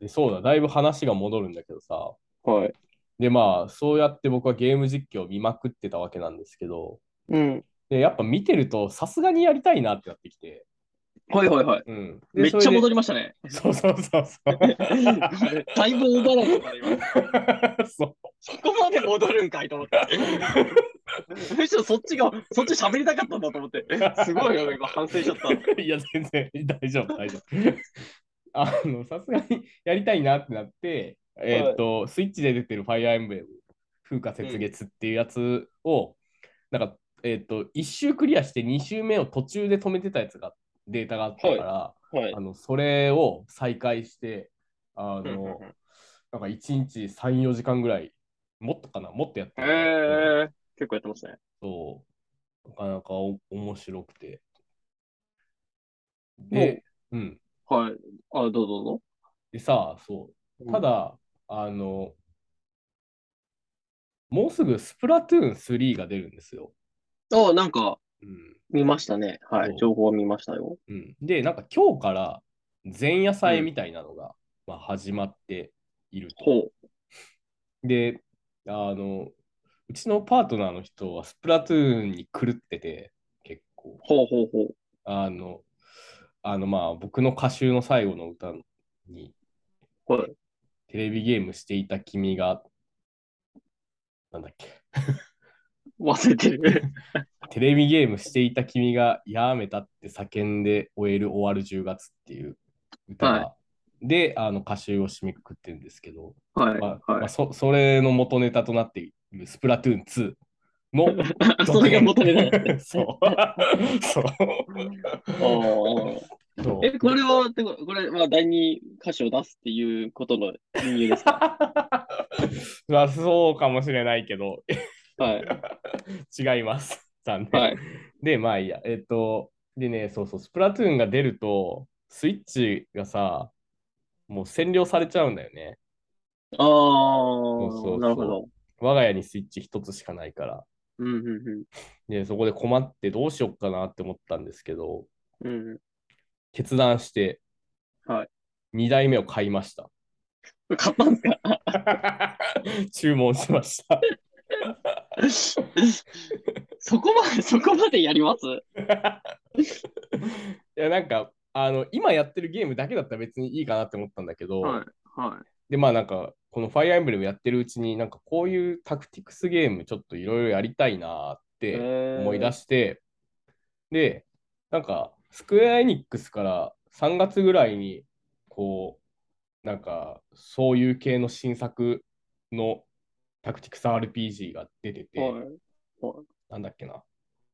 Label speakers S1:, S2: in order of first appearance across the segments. S1: でそうだ、だいぶ話が戻るんだけどさ。
S2: はい。
S1: で、まあ、そうやって僕はゲーム実況を見まくってたわけなんですけど、
S2: うん。
S1: で、やっぱ見てると、さすがにやりたいなってなってきて。
S2: はいはいはい。
S1: うん。で
S2: めっちゃ戻
S1: り
S2: りましたね。
S1: そうそうそうそう。
S2: だいぶオーバーラップから今。
S1: そう
S2: そこまで戻るんかいと思って。むしろそっちが、そっち喋りたかったんだと思って。すごいよ、今反省しちゃった。
S1: いや、全然大丈夫、大丈夫。あの、さすがにやりたいなってなって、えーっと、スイッチで出てるファイアーエンブレム、風化雪月っていうやつを、なんか、えーっと、1周クリアして2周目を途中で止めてたやつが、データがあったから、
S2: はい
S1: あ。のそれを再開して、あ
S2: うんうん
S1: の
S2: う
S1: な
S2: ん、
S1: んか1日3、4時間ぐらい、もっとかな、もっとやってた
S2: えー、結構やってますね。
S1: そう、なかなかお面白くて。
S2: も
S1: で、うん。
S2: う、はい。あ、どうぞどうぞ。
S1: でさ、そう、ただ、あの、もうすぐスプラトゥーン3が出るんですよ。
S2: あ、なんか、
S1: うん。
S2: 見ましたね。は
S1: そ
S2: い。
S1: う
S2: 情報は見ましたよ。
S1: うん、で、なんか今日から前夜祭みたいなのが、まあ、始まっていると。
S2: ほ
S1: で、あの、うちのパートナーの人はスプラトゥーンに狂ってて、結構。
S2: う。ほうほうほう。
S1: あの、あのまあ僕の歌集の最後の歌に、
S2: はい
S1: テレビゲームしていた君が、なんだっけ、
S2: 忘れてる。
S1: テレビゲームしていた君がやめたって叫んで終える終わる10月っていう歌が、
S2: は
S1: で、あの歌集を締めくくってるんですけど、
S2: はい。
S1: まあま
S2: は
S1: あ、
S2: い。
S1: そそれの元ネタとなっているスプラトゥーン2の
S2: それが元ネタ。
S1: そう。そう。
S2: ああ。
S1: そう
S2: え、これは、てかこれ、まあ、第二歌詞を出すっていうことの意味で すか
S1: まあ、そうかもしれないけど、
S2: はい。
S1: 違います。残念。
S2: はい。
S1: で、まあいいや。えっと、でね、そうそう、スプラトゥーンが出ると、スイッチがさ、もう占領されちゃうんだよね。
S2: ああ、
S1: うそう
S2: なるほど。
S1: 我が家にスイッチ一つしかないから。
S2: うん、うん、
S1: で、そこで困ってどうしよっかなって思ったんですけど、
S2: うん。うんうん
S1: 決断して、
S2: はい
S1: 2台目を買いました。
S2: 買ったんですか
S1: 注文しました。
S2: そこまで、そこまでやります
S1: いやなんかあの今やってるゲームだけだったら別にいいかなって思ったんだけど、
S2: い、は
S1: でまあなんかこのファイアーエンブレムやってるうちになんかこういうタクティクスゲームちょっといろいろやりたいなーっ
S2: い
S1: て思い出して、でなんかスクエア・エニックスから3月ぐらいにこうなんかそういう系の新作のタクティクス RPG が出てて、
S2: はい、
S1: なんだっけな、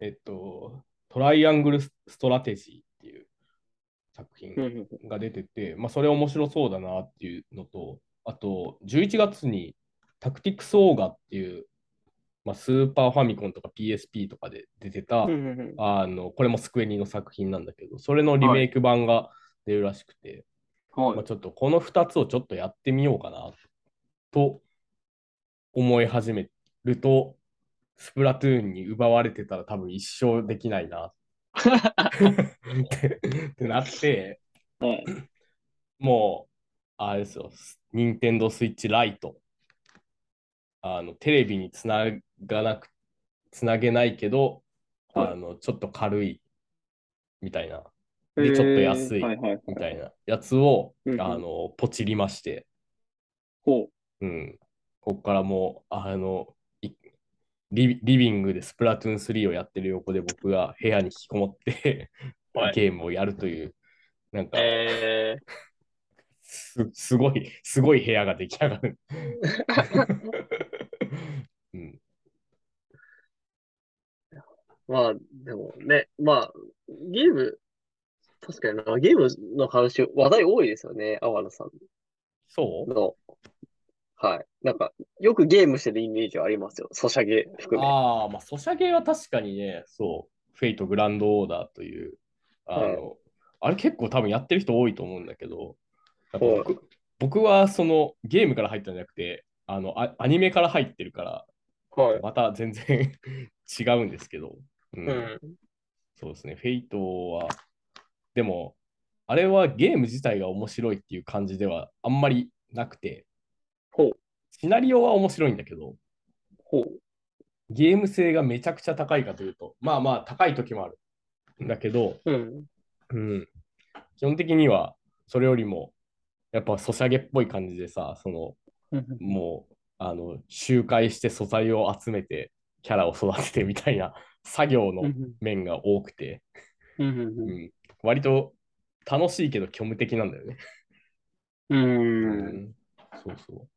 S1: えっと、トライアングルスストラテジーっていう作品
S2: うんうん
S1: が出てて、まあ、それ面白そうだなっていうのと、あと、11月にタクティクスオーガっていう、まあ、スーパーファミコンとか PSP とかで出てた、
S2: うんうんうん。
S1: あのこれもスクエニの作品なんだけど、それのリメイク版が出るらしくて、
S2: は
S1: まあ、
S2: い。
S1: ちょっとこの2つをちょっとやってみようかなと思い始めると、スプラトゥーンに奪われてたら多分一生できないなってってなって、
S2: はい。
S1: もう、あれですよ、任天堂スイッチライト。あの、テレビにつながなく、つなげないけど、あの、ちょっと軽い、みたいな、 でちょっと安い
S2: えーはいはいはい
S1: みたいなやつを、
S2: うんうん
S1: あの、ポチりまして。
S2: ほ
S1: うん。こっからもう、あの、いリリビングでスプラトゥーン3をやってる横で僕が部屋に引きこもって、
S2: はい
S1: ゲームをやるという、なん
S2: う。
S1: か
S2: え
S1: す、すごい、すごい部屋が出来上が る。うん、
S2: ー、まあ、でもね、まあ、ゲーム、確かにな、ゲームの話、話題多いですよね、阿波野さん
S1: そう
S2: の。はい。なんか、よくゲームしてるイメージはありますよ。ソシャゲ含め。
S1: ああ、まあ、ソシャゲは確かにね、そう、フェイトグランドオーダーという、あの、
S2: はい
S1: あれ結構多分やってる人多いと思うんだけど、なんか僕僕はそのゲームから入ったんじゃなくて、あのあアニメから入ってるから、
S2: はい。
S1: また全然 違うんですけど、うん
S2: うん。
S1: そうですね、フェイトはでも、あれはゲーム自体が面白いっていう感じではあんまりなくて、
S2: ほう、
S1: シナリオは面白いんだけど、
S2: ほう、
S1: ゲーム性がめちゃくちゃ高いかというと、まあまあ高い時もあるんだけど、
S2: うん、
S1: うん、基本的にはそれよりも、やっぱソシャゲっぽい感じでさ、その
S2: うん、
S1: もうあの集会して素材を集めてキャラを育ててみたいな作業の
S2: うん、
S1: 面が多くて、
S2: うん、
S1: うん割と楽しいけど虚無的なんだよね。
S2: うん、
S1: そうそう。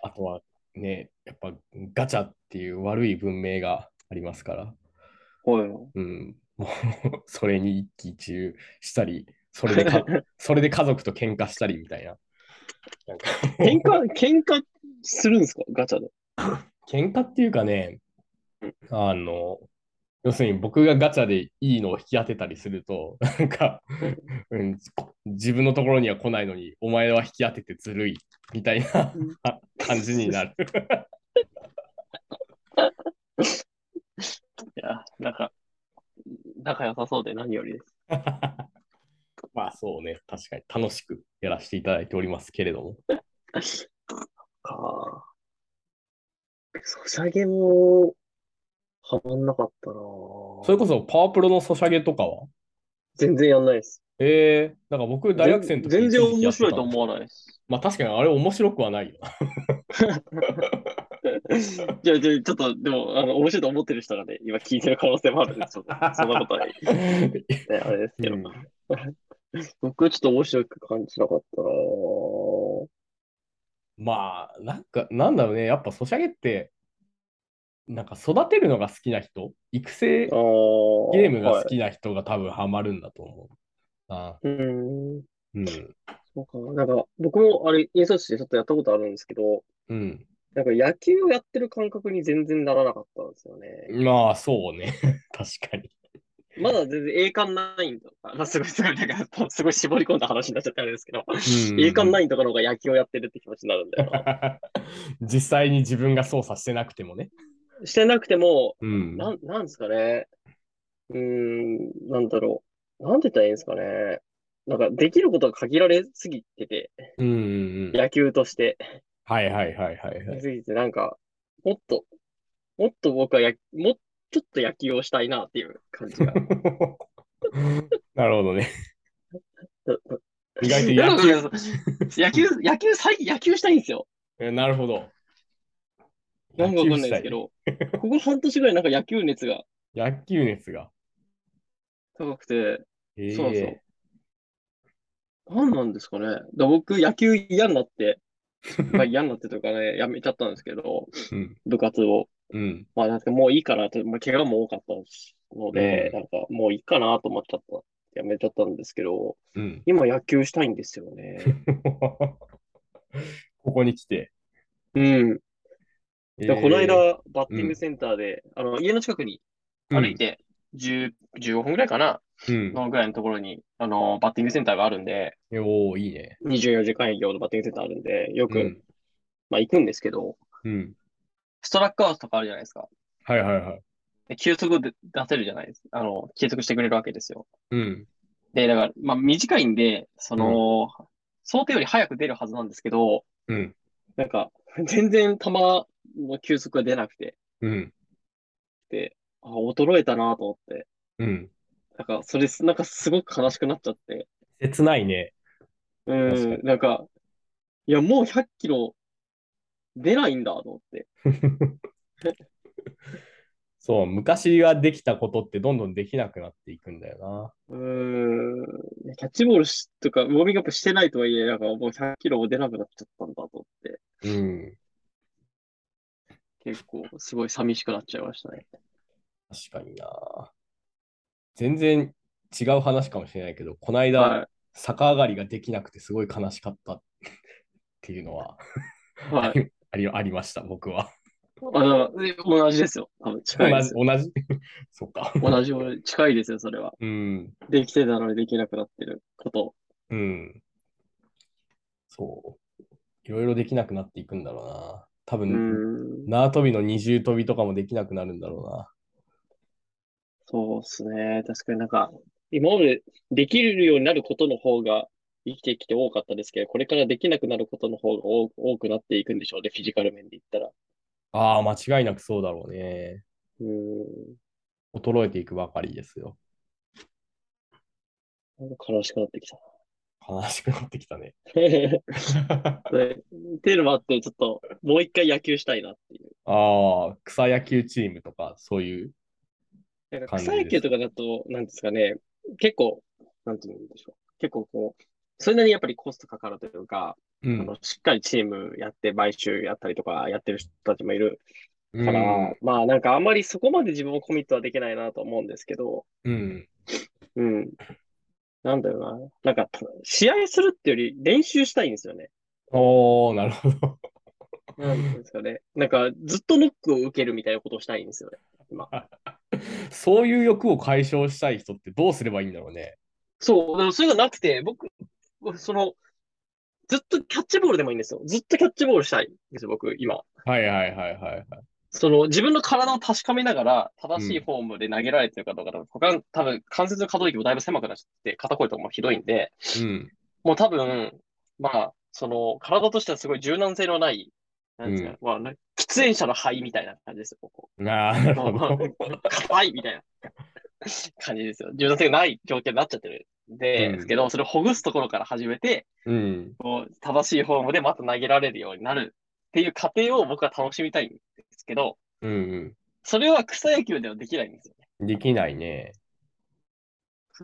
S1: あとはね、やっぱガチャっていう悪い文明がありますから、
S2: ほう、
S1: うん、もうそれに一喜一憂したり、それでかそれで家族と喧嘩したりみたいな。なんか
S2: 喧嘩、喧嘩するんですかガチャで。
S1: 喧嘩っていうかね
S2: うん、
S1: あの、要するに僕がガチャでいいのを引き当てたりすると、なんか、うん、自分のところには来ないのに、お前は引き当ててずるいみたいな
S2: うん
S1: あ感じになる。
S2: いや、なんか、仲良さそうで何よりです。
S1: まあそうね、確かに楽しくやらせていただいておりますけれども。
S2: かソシャゲも、はまんなかったなぁ
S1: それこそパワープロのソシャゲとかは
S2: 全然やんないです。
S1: えー、なんか僕大学生の時
S2: 全然
S1: 一時期や
S2: 面
S1: ってた
S2: 白いと思わないです。
S1: まあ確かにあれ面白くはないよ。
S2: じゃあ、じゃあちょっと、でも、あの、面白いと思ってる人がね、今聞いてる可能性もある んで、ちょっとそんなことは、ね、あれですけど。
S1: うん
S2: 僕、ちょっと面白く感じなかったなぁ
S1: まあ、なんか、なんだろうね、やっぱソシャゲって、なんか育てるのが好きな人、育成
S2: あー
S1: ゲームが
S2: はい
S1: 好きな人が多分ハマるんだと思う。あ
S2: うん。
S1: うん、
S2: そうか。なんか、僕もあれ、印刷室でちょっとやったことあるんですけど、
S1: うん。
S2: なんか野球をやってる感覚に全然ならなかったんですよね。
S1: まあ、そうね。 確かに。
S2: まだ全然栄冠ナインとか、 まあ、すごい、すごい、なんか、すごい絞り込んだ話になっちゃったあれですけど、
S1: うん
S2: 栄冠ナインとかの方が野球をやってるって気持ちになるんだよな。
S1: 実際に自分が操作してなくてもね。
S2: してなくても、
S1: うん。
S2: なん、なんですかね。うーん、なんだろう。なんて言ったらいいんですかね。なんか、できることが限られすぎてて、
S1: うんうんうん。
S2: 野球として。
S1: はいはいはいはいはい。
S2: すぎて、なんか、もっと、もっと僕はや、もうちょっと野球をしたいなっていう 感じが。
S1: なるほどね。意外と
S2: いや
S1: 野球
S2: なんか野球、野球、最近野球したいんで すよ。
S1: え。なるほど。
S2: なんかわかんないです けど、ここ半年ぐらいなんか野球熱が
S1: 野球熱が。
S2: 高くて、
S1: ええ
S2: そうなんですよ。なんなんですかね。だから僕、野球嫌にな って、まあ、嫌になってというかね、やめちゃったんですけど、
S1: うん。
S2: 部活を。
S1: うん。
S2: まあ、なんかもういいかなと、まあ、怪我も多かったの
S1: う
S2: で、
S1: ん
S2: なんかもういいかなと思っちゃった。やめちゃったんですけど、
S1: うん。
S2: 今野球したいんですよね。
S1: ここに来て。
S2: うん。で、この間
S1: え、
S2: バッティングセンターで、あの、家の近くに
S1: ー
S2: 歩いて、10、15分ぐらいかな、
S1: うん。
S2: のぐらいのところに、あの、バッティングセンターがあるんで、
S1: うん、おおいいね。
S2: 24時間営業のバッティングセンターあるんで、よ
S1: う
S2: く、
S1: ん。
S2: まあ、行くんですけど、
S1: うん。
S2: ストラックアウトとかあるじゃないですか。
S1: はいはいはい。
S2: で、球速で出せるじゃないですか。あの、計測してくれるわけですよ。
S1: うん。
S2: で、だから、まあ、短いんで、その、想定より早く出るはずなんですけど、
S1: うん。
S2: なんか、 全然球の球速が出なくて、
S1: うん。
S2: で、あ、衰えたなと思って、
S1: うん。
S2: なんか、それす、なんかすごく悲しくなっちゃって。
S1: 切ないね。
S2: う
S1: 確か
S2: ん、
S1: に
S2: なんか、いや、もう100キロ出ないんだと思って。
S1: そう、昔はできたことってどんどんできなくなっていくんだよ
S2: うん、キャッチボールし、とか、ウォーミングアップしてないとはいえ、なんかもう100キロも出なくなっちゃったんだと思って、
S1: な。うん。
S2: 結構、すごい寂しくなっちゃいましたね。
S1: 確かにな。全然違う話かもしれないけど、この間、
S2: は
S1: 逆上がりができなくてすごい悲しかった っていうのは、
S2: い、はい。
S1: ありありました、僕は。
S2: あの、で同じですよ。多分近い
S1: 同
S2: で
S1: じ
S2: すよ。
S1: 同じ そっか。
S2: 同じ、同じ近いですよ、それは。
S1: うん。
S2: できてたのにできなくなってること。
S1: うん。そう。いろいろできなくなっていくんだろうな。多
S2: う
S1: 分、
S2: ん、
S1: 縄跳びの二重跳びとかもできなくなるんだろうな。
S2: そうですね。確かになんか、今までできるようになることの方が生きてきて多かったですけど、これからできなくなることの方が多多くなっていくんでしょうね、フィジカル面で言ったら。
S1: ああ、間違いなくそうだろうね。
S2: うーん。
S1: 衰えていくばかりですよ。
S2: なんか悲しくなってきた。
S1: 悲しくなってきたね。
S2: でっていうのもあって、ちょっともう一回野球したいなっていう。
S1: ああ、草野球チームとか、そういう。
S2: なんか
S1: 感じ
S2: 草野球
S1: です
S2: とかだと、なんですかね、結構、なんていうんでしょう。結構こう、それなりにやっぱりコストかかるというか、
S1: う
S2: あのしっかりチームやって、買収やったりとかやってる人たちもいる
S1: ん。
S2: から、まあなんかあんまりそこまで自分をコミットはできないなと思うんですけど、
S1: うん。
S2: うん。なんだよな。なんか、試合するってより練習したいんですよね。
S1: おおなるほど。
S2: なんていうんですかね。なんか、ずっとノックを受けるみたいなことをしたいんですよね。
S1: そういう欲を解消したい人ってどうすればいいんだろうね。
S2: そう、でもそれがなくて、僕、その、ずっとキャッチボールでもいいんですよ。ずっとキャッチボールしたいんですよ、僕、今。
S1: はいはいはいはいはい。
S2: その、自分の体を確かめながら、正しいフォームで投げられてるかどうか、他、多分、関節の可動域もだいぶ狭くなっちゃって、肩こりとかもひどいんで、
S1: うん。
S2: もう多分、まあ、その、体としてはすごい柔軟性のない、なんですか、まあね、喫煙者の肺みたいな感じですよ、ここ。
S1: なるほど。
S2: 硬いみたいな感じですよ。柔軟性がない状況になっちゃってる。で、
S1: うん
S2: ですけど、それをほぐすところから始めて、
S1: うん。
S2: こう正しいフォームでまた投げられるようになるっていう過程を僕は楽しみたいんですけど、
S1: うん、
S2: それは草野球ではできないんですよね。
S1: うん。できないね。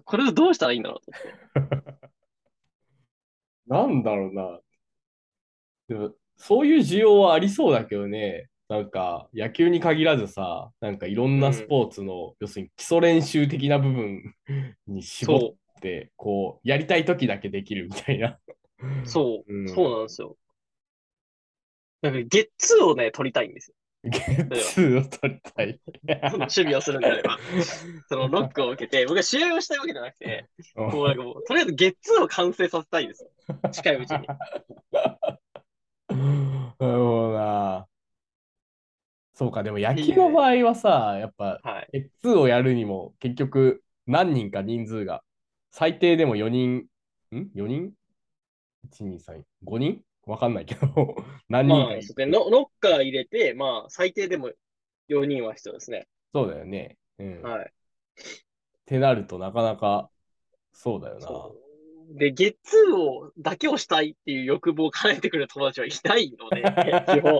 S2: これをどうしたらいいんだろうと。
S1: なんだろうな。でも、そういう需要はありそうだけどね。なんか、野球に限らずさ、なんかいろん
S2: う
S1: なんスポーツの、要するに基礎練習的な部分 に絞っ
S2: そ
S1: て、こう、やりたい時だけできるみたいな。
S2: う、そう、
S1: うん
S2: そうなんですよ。なんか、ゲッツーをね、取りたいんですよ。
S1: ゲッツーを取りたい。
S2: その守備をするんであれば。 そのロックを受けて、僕は試合をしたいわけじゃなくて、もうなんかもう、とりあえずゲッツーを完成させたいんですよ。近いうち に。
S1: なるほどな。そうか、でも野球の場合はさ、やっぱ、
S2: はい。
S1: X をやるにも、結局、何人か人数が、最低でも4人、ん ?4 人 ?1、2、3、5人わかんないけど、 何人
S2: まあ
S1: か、い
S2: そうですね。
S1: る
S2: ノノッカー入れて、まあ、最低でも4人は必要ですね。
S1: そうだよね。うん。っ
S2: はい。
S1: てなるとなかなか、そうだよ
S2: そうで、ゲッツーを、だけをしたいっていう欲望を兼ねてくる友達はいないの で、基本。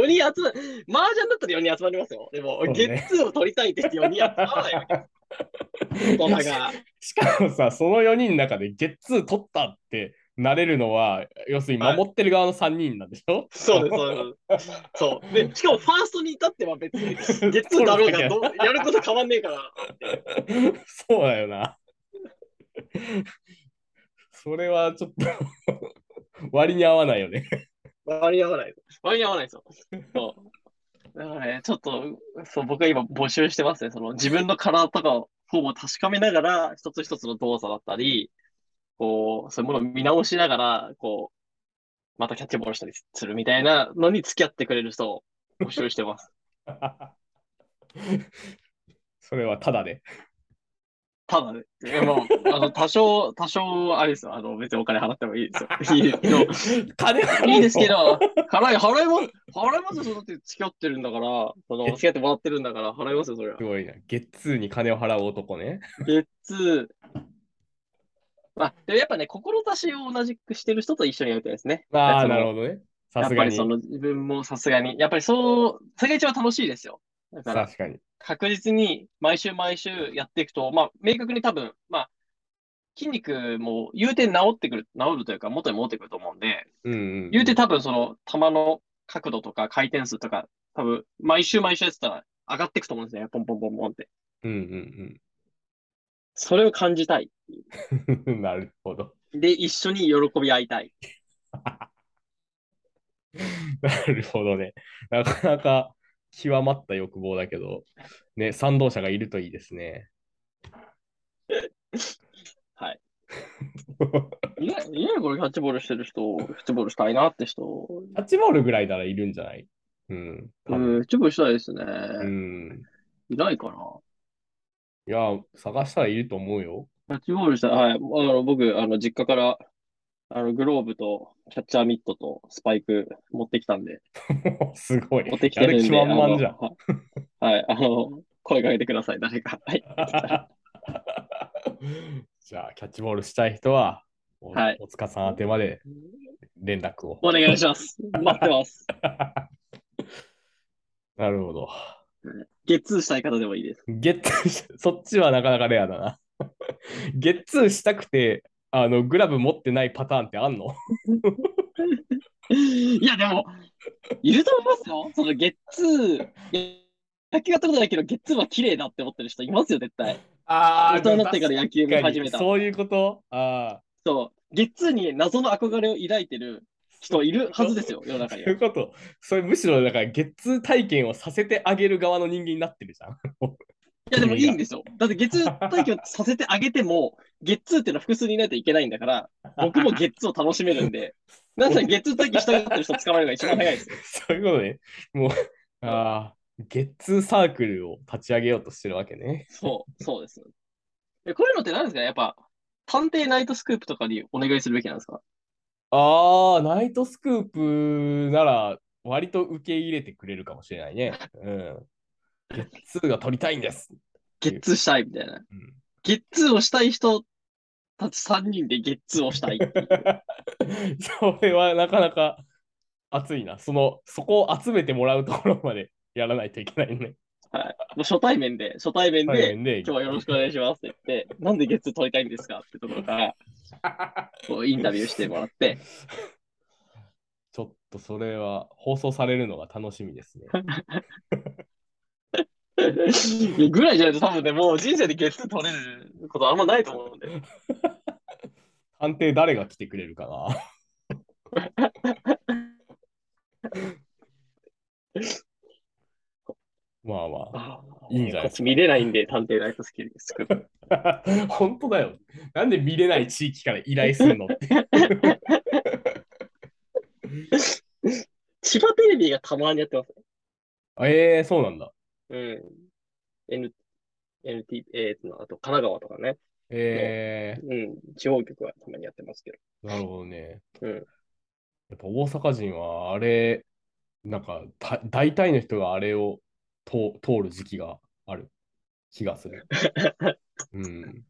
S2: 4人集ま、麻雀だったら4人集まりますよ。でも、
S1: そう
S2: ゲ
S1: ね
S2: ッツーを取りたいって言って4人集まらないわけです。大人が。
S1: しかも さ、その4人の中でゲッツー取ったってなれるのは、要するに
S2: はい
S1: 守ってる側の3人なんでしょ
S2: そうです、そうです。そう。で、しかもファーストに至っては別 に、ゲッツーだろうがどう、やること変わんねえから。
S1: そうだよな。それはちょっと割に合わないよね。
S2: 割り合わない。割り合わないですよ。そう。だからね、ちょっと、そう、僕は今募集してますね。その自分の体とかを、フォームを確かめながら、一つ一つの動作だったり、こう、そういうものを見直しながら、こう、またキャッチボールしたりするみたいなのに付き合ってくれる人を 募集してます。
S1: それはただで。
S2: ただね、いやもう、あの、多少、多少、あれですよ。あの、別にお金払ってもいいですよ。いいですよ。
S1: 金はい
S2: いです け。ど、払い、払います、払いますよ、それだって付き合ってるんだから、その、付き合ってもらってるんだから、払いますよ、それは
S1: す。ごいな。ゲッツーに金を払う男ね。
S2: ゲッツー。まあ、でもやっぱね、志を同じくしてる人と一緒にやりたいですね。
S1: ああ、
S2: その
S1: なるほどね。さ
S2: や
S1: す
S2: っ
S1: が
S2: ぱ
S1: に
S2: り。その自分もさすがに、やっぱりそう、それが一番楽しいですよ。だから、
S1: 確かに。
S2: 確実に毎週毎週やっていくと、まあ、明確に多分、まあ、筋肉も言うて治ってくる、治るというか、元に戻ってくると思うんで、
S1: うんうん、
S2: 言うて多分その、球の角度とか回転数とか、多分、毎週毎週やってたら上がっていくと思うんですね。ポンポンポンポンって。
S1: うんうん
S2: それを感じたい。
S1: うん。 なるほど。
S2: で、一緒に喜び合いたい。
S1: なるほどね。なかなか極まった欲望だけど、ね、賛同者がいるといいですね。
S2: はい。いない、いないこれキャッチボールしてる人、キャッチボールしたいなって人、う
S1: キャッチボールぐらいならいるんじゃないうん。多
S2: ん、キ
S1: 分
S2: ャッチボールしたいですね。
S1: うん。
S2: いないかな。
S1: いや、探したらいると思うよ。
S2: キャッチボールした、はい。あの、僕、あの、実家から、あの、グローブと、キャッチャーミットと、スパイク持ってきたんで、
S1: もうすごい。
S2: 持ってき
S1: や
S2: てるん
S1: る
S2: で、
S1: 気満々じゃん。
S2: あのはい。はいあの、声かけてください、誰か。 はい。
S1: じゃあ、キャッチボールしたい人は、お
S2: はい
S1: お塚さん宛てまで連絡を。
S2: お願いします。待ってます。
S1: なるほど。
S2: ゲッツーしたい方でもいいです。
S1: ゲッツーし、そっちはなかなかレアだな。 ゲッツーしたくて、あの、グラブ持ってないパターンってあんの
S2: いや、でも、いると思いますよ。そのゲッツー、いや野球やったことないけど、ゲッツーは綺麗だって思ってる人いますよ、絶対。
S1: あ
S2: 大人になってから野球見始めた。
S1: そういうことああ。
S2: そう。ゲッツーに謎の憧れを抱いてる人いるはずですよ、世の中
S1: そう
S2: に
S1: い
S2: は。
S1: うこと。それむしろ、だから、ゲッツー体験をさせてあげる側の人間になってるじゃん。
S2: いや、でもいいんですよ。だってゲッツー体験をさせてあげても、ゲッツーっていうのは複数にいないといけないんだから、僕もゲッツーを楽しめる んで、なんせゲッツー体験したがってる人捕まえるのが一番早いですよ。
S1: そういうことね。もう、ああ、ゲッツーサークルを立ち上げようとしてるわけね。
S2: そう、そうです。えこういうのって何ですかやっぱ、探偵ナイトスクープとかにお願いするべきなんですか
S1: ああ、ナイトスクープなら、割と受け入れてくれるかもしれないね。うん。ゲッツーが取りたいんです。
S2: ゲッツーしたいみたいな。
S1: うん
S2: ゲッツーをしたい人たち3人でゲッツーをしたいっていう。
S1: それはなかなか熱いな。その、そこを集めてもらうところまで やらないといけないのね。
S2: もう初対面で、初対面で、
S1: 対面で
S2: 今日はよろしくお願いしますって言って、なんでゲッツー取りたいんですかってところから、こうインタビューしてもらって、
S1: ちょっとそれは放送されるのが楽しみですね。
S2: ぐらいじゃないと多分ね、もう人生でゲッツー取れることあんまないと思うんで。
S1: 探偵誰が来てくれるかな。 まあまいいんじゃないですか
S2: こっち見れないんで、探偵ナイトスキルですけど。
S1: あ。 本当だよ。なんで見れない地域から依頼するのって。
S2: 千葉テレビがたまにやってます。
S1: ええそうなんだ。
S2: うん。N、NT、えー、あと神奈川とかね。
S1: え
S2: うん。地方局はたまにやってますけど。
S1: えなるほどね。
S2: うん
S1: やっぱ大阪人はあれ、なんかた大体の人があれを通通る時期がある気がす る。うん。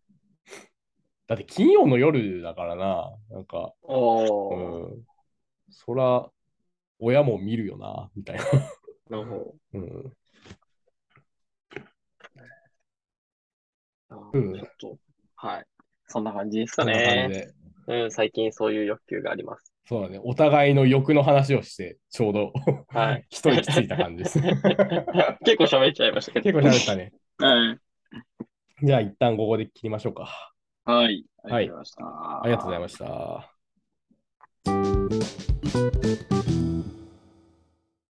S1: だって金曜の夜だからな。なんか、う
S2: あ
S1: ん。そら、親も見るよな、みたいな。
S2: あ、なるほ
S1: うん。
S2: ど。
S1: うん
S2: ちょっと、はい。そんな感じですか
S1: そんな感
S2: ね
S1: じ。で。
S2: うん、最近そういう欲求があります。
S1: そうだね。お互いの欲の話をして、ちょうど
S2: はい。
S1: 一息ついた感じ です。結
S2: 結構喋っちゃいましたけど。
S1: 構喋ったね。
S2: はい。
S1: じゃあ、一旦ここで切りましょうか。
S2: はい。
S1: は
S2: あ
S1: い
S2: りがとうございました。
S1: ありがとうございました。